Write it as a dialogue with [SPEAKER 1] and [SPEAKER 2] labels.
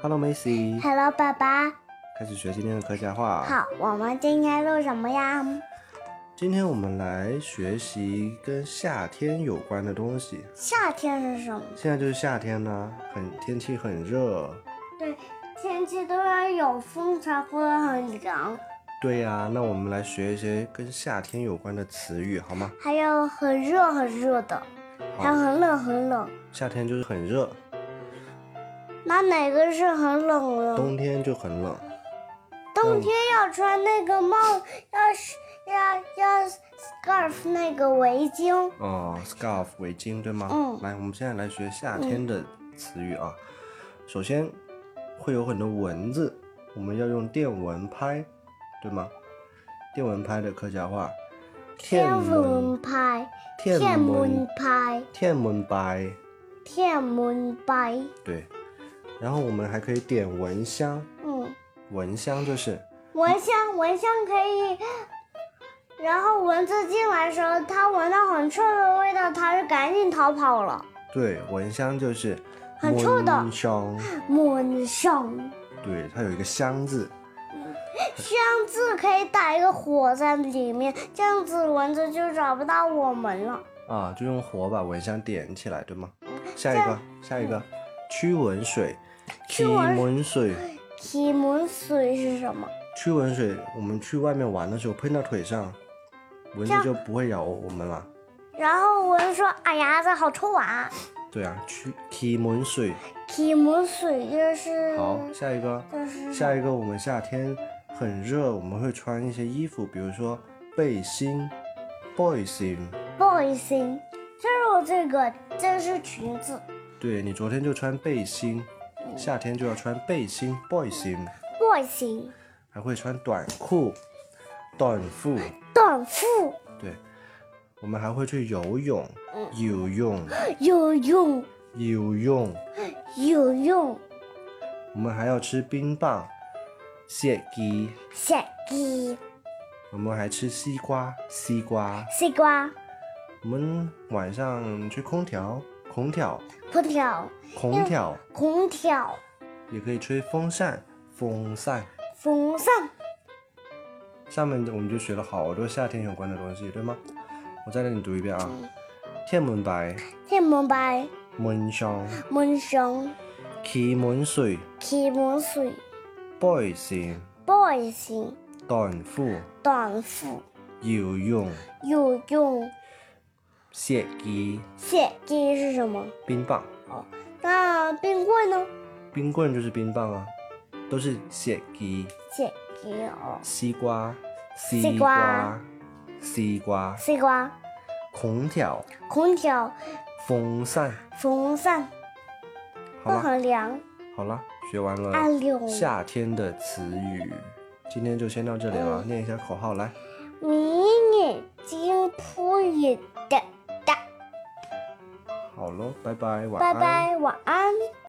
[SPEAKER 1] Hello Macy，
[SPEAKER 2] Hello，爸爸。
[SPEAKER 1] 开始学今天的客家话。，
[SPEAKER 2] 好，我们今天录什么呀？
[SPEAKER 1] 今天我们来学习跟夏天有关的东西。
[SPEAKER 2] 夏天是什么？
[SPEAKER 1] 现在就是夏天呢、很天气很热。
[SPEAKER 2] 对，天气都要有风才会很凉，
[SPEAKER 1] 对呀、那我们来学一些跟夏天有关的词语好吗？
[SPEAKER 2] 还有很热很热的，还有很冷很冷。
[SPEAKER 1] 夏天就是很热，
[SPEAKER 2] 那哪个是很冷了？
[SPEAKER 1] 冬天就很冷。
[SPEAKER 2] 冬天要穿那个帽，要是要要 scarf 那个围巾。
[SPEAKER 1] 哦，scarf 围巾对吗？
[SPEAKER 2] 嗯
[SPEAKER 1] 来，我们现在来学夏天的词语啊。首先会有很多蚊子，我们要用电蚊拍，对吗？电蚊拍的客家话，
[SPEAKER 2] 文拍，
[SPEAKER 1] 天
[SPEAKER 2] 天文
[SPEAKER 1] 蚊，
[SPEAKER 2] 拍，
[SPEAKER 1] 天蚊拍，
[SPEAKER 2] 天文拍。
[SPEAKER 1] 对。然后我们还可以点蚊香，
[SPEAKER 2] 嗯。
[SPEAKER 1] 蚊香就是
[SPEAKER 2] 蚊香，蚊香可以，然后蚊子进来的时候，它闻到很臭的味道，它就赶紧逃跑了。
[SPEAKER 1] 对，蚊香就是
[SPEAKER 2] 很臭的
[SPEAKER 1] 蚊香，
[SPEAKER 2] 蚊香，
[SPEAKER 1] 对，它有一个香字，
[SPEAKER 2] 箱子可以打一个火在里面，这样子蚊子就找不到我们了。
[SPEAKER 1] 啊，就用火把蚊香点起来，对吗？下一个，下一个，驱蚊水，驱
[SPEAKER 2] 蚊
[SPEAKER 1] 蚊水，
[SPEAKER 2] 体门水是什么？
[SPEAKER 1] 驱蚊水，我们去外面玩的时候喷到腿上，蚊子
[SPEAKER 2] 样
[SPEAKER 1] 就不会咬我们了。
[SPEAKER 2] 然后蚊子说：“哎呀，这好臭啊
[SPEAKER 1] 对啊，驱驱蚊水。！”
[SPEAKER 2] 体门水就是，
[SPEAKER 1] 好，下一个，
[SPEAKER 2] 就是
[SPEAKER 1] 下一个，我们夏天很热，我们会穿一些衣服，比如说背心、背心。
[SPEAKER 2] 背心，就是这个，这是裙子，
[SPEAKER 1] 对你昨天就穿背心，夏天就要穿背心、背心，
[SPEAKER 2] 背心，
[SPEAKER 1] 还会穿短裤、短裤。
[SPEAKER 2] 短裤，
[SPEAKER 1] 对，我们还会去游泳，游泳，
[SPEAKER 2] 游泳，
[SPEAKER 1] 游泳。
[SPEAKER 2] 游泳。
[SPEAKER 1] 我们还要吃冰棒、蟹鸡，
[SPEAKER 2] 雪鸡、
[SPEAKER 1] 我们还吃西瓜，西瓜。
[SPEAKER 2] 西瓜、
[SPEAKER 1] 我们晚上去空调，空调，
[SPEAKER 2] 空调、
[SPEAKER 1] 空调，
[SPEAKER 2] 空调、
[SPEAKER 1] 也可以吹风扇，风扇。
[SPEAKER 2] 风扇。
[SPEAKER 1] 上面我们就学了好多夏天有关的东西，对吗？我再给你读一遍啊。天门白，
[SPEAKER 2] 天门白，
[SPEAKER 1] 门上，
[SPEAKER 2] 门上，
[SPEAKER 1] 气门水，
[SPEAKER 2] 气门水，
[SPEAKER 1] 背心，
[SPEAKER 2] 背心、
[SPEAKER 1] 短裤，
[SPEAKER 2] 短裤、
[SPEAKER 1] 游泳，
[SPEAKER 2] 游泳。
[SPEAKER 1] 蟹鸡。
[SPEAKER 2] 雪鸡是什么？
[SPEAKER 1] 冰棒，
[SPEAKER 2] 那冰棍呢？
[SPEAKER 1] 冰棍就是冰棒啊，都是雪鸡、
[SPEAKER 2] 雪鸡哦，
[SPEAKER 1] 西瓜、西
[SPEAKER 2] 西瓜、
[SPEAKER 1] 西瓜、
[SPEAKER 2] 西瓜、
[SPEAKER 1] 空调、
[SPEAKER 2] 空调、
[SPEAKER 1] 风扇，
[SPEAKER 2] 风扇
[SPEAKER 1] 好
[SPEAKER 2] 会
[SPEAKER 1] 啦，
[SPEAKER 2] 很凉。
[SPEAKER 1] 好啦，学完
[SPEAKER 2] 哎
[SPEAKER 1] 了
[SPEAKER 2] 呦，
[SPEAKER 1] 夏天的词语，今天就先到这里了，念一下口号来，
[SPEAKER 2] 你眼睛扑眼的的，
[SPEAKER 1] 好喽，拜拜，晚
[SPEAKER 2] 拜
[SPEAKER 1] 安。
[SPEAKER 2] 拜，晚安。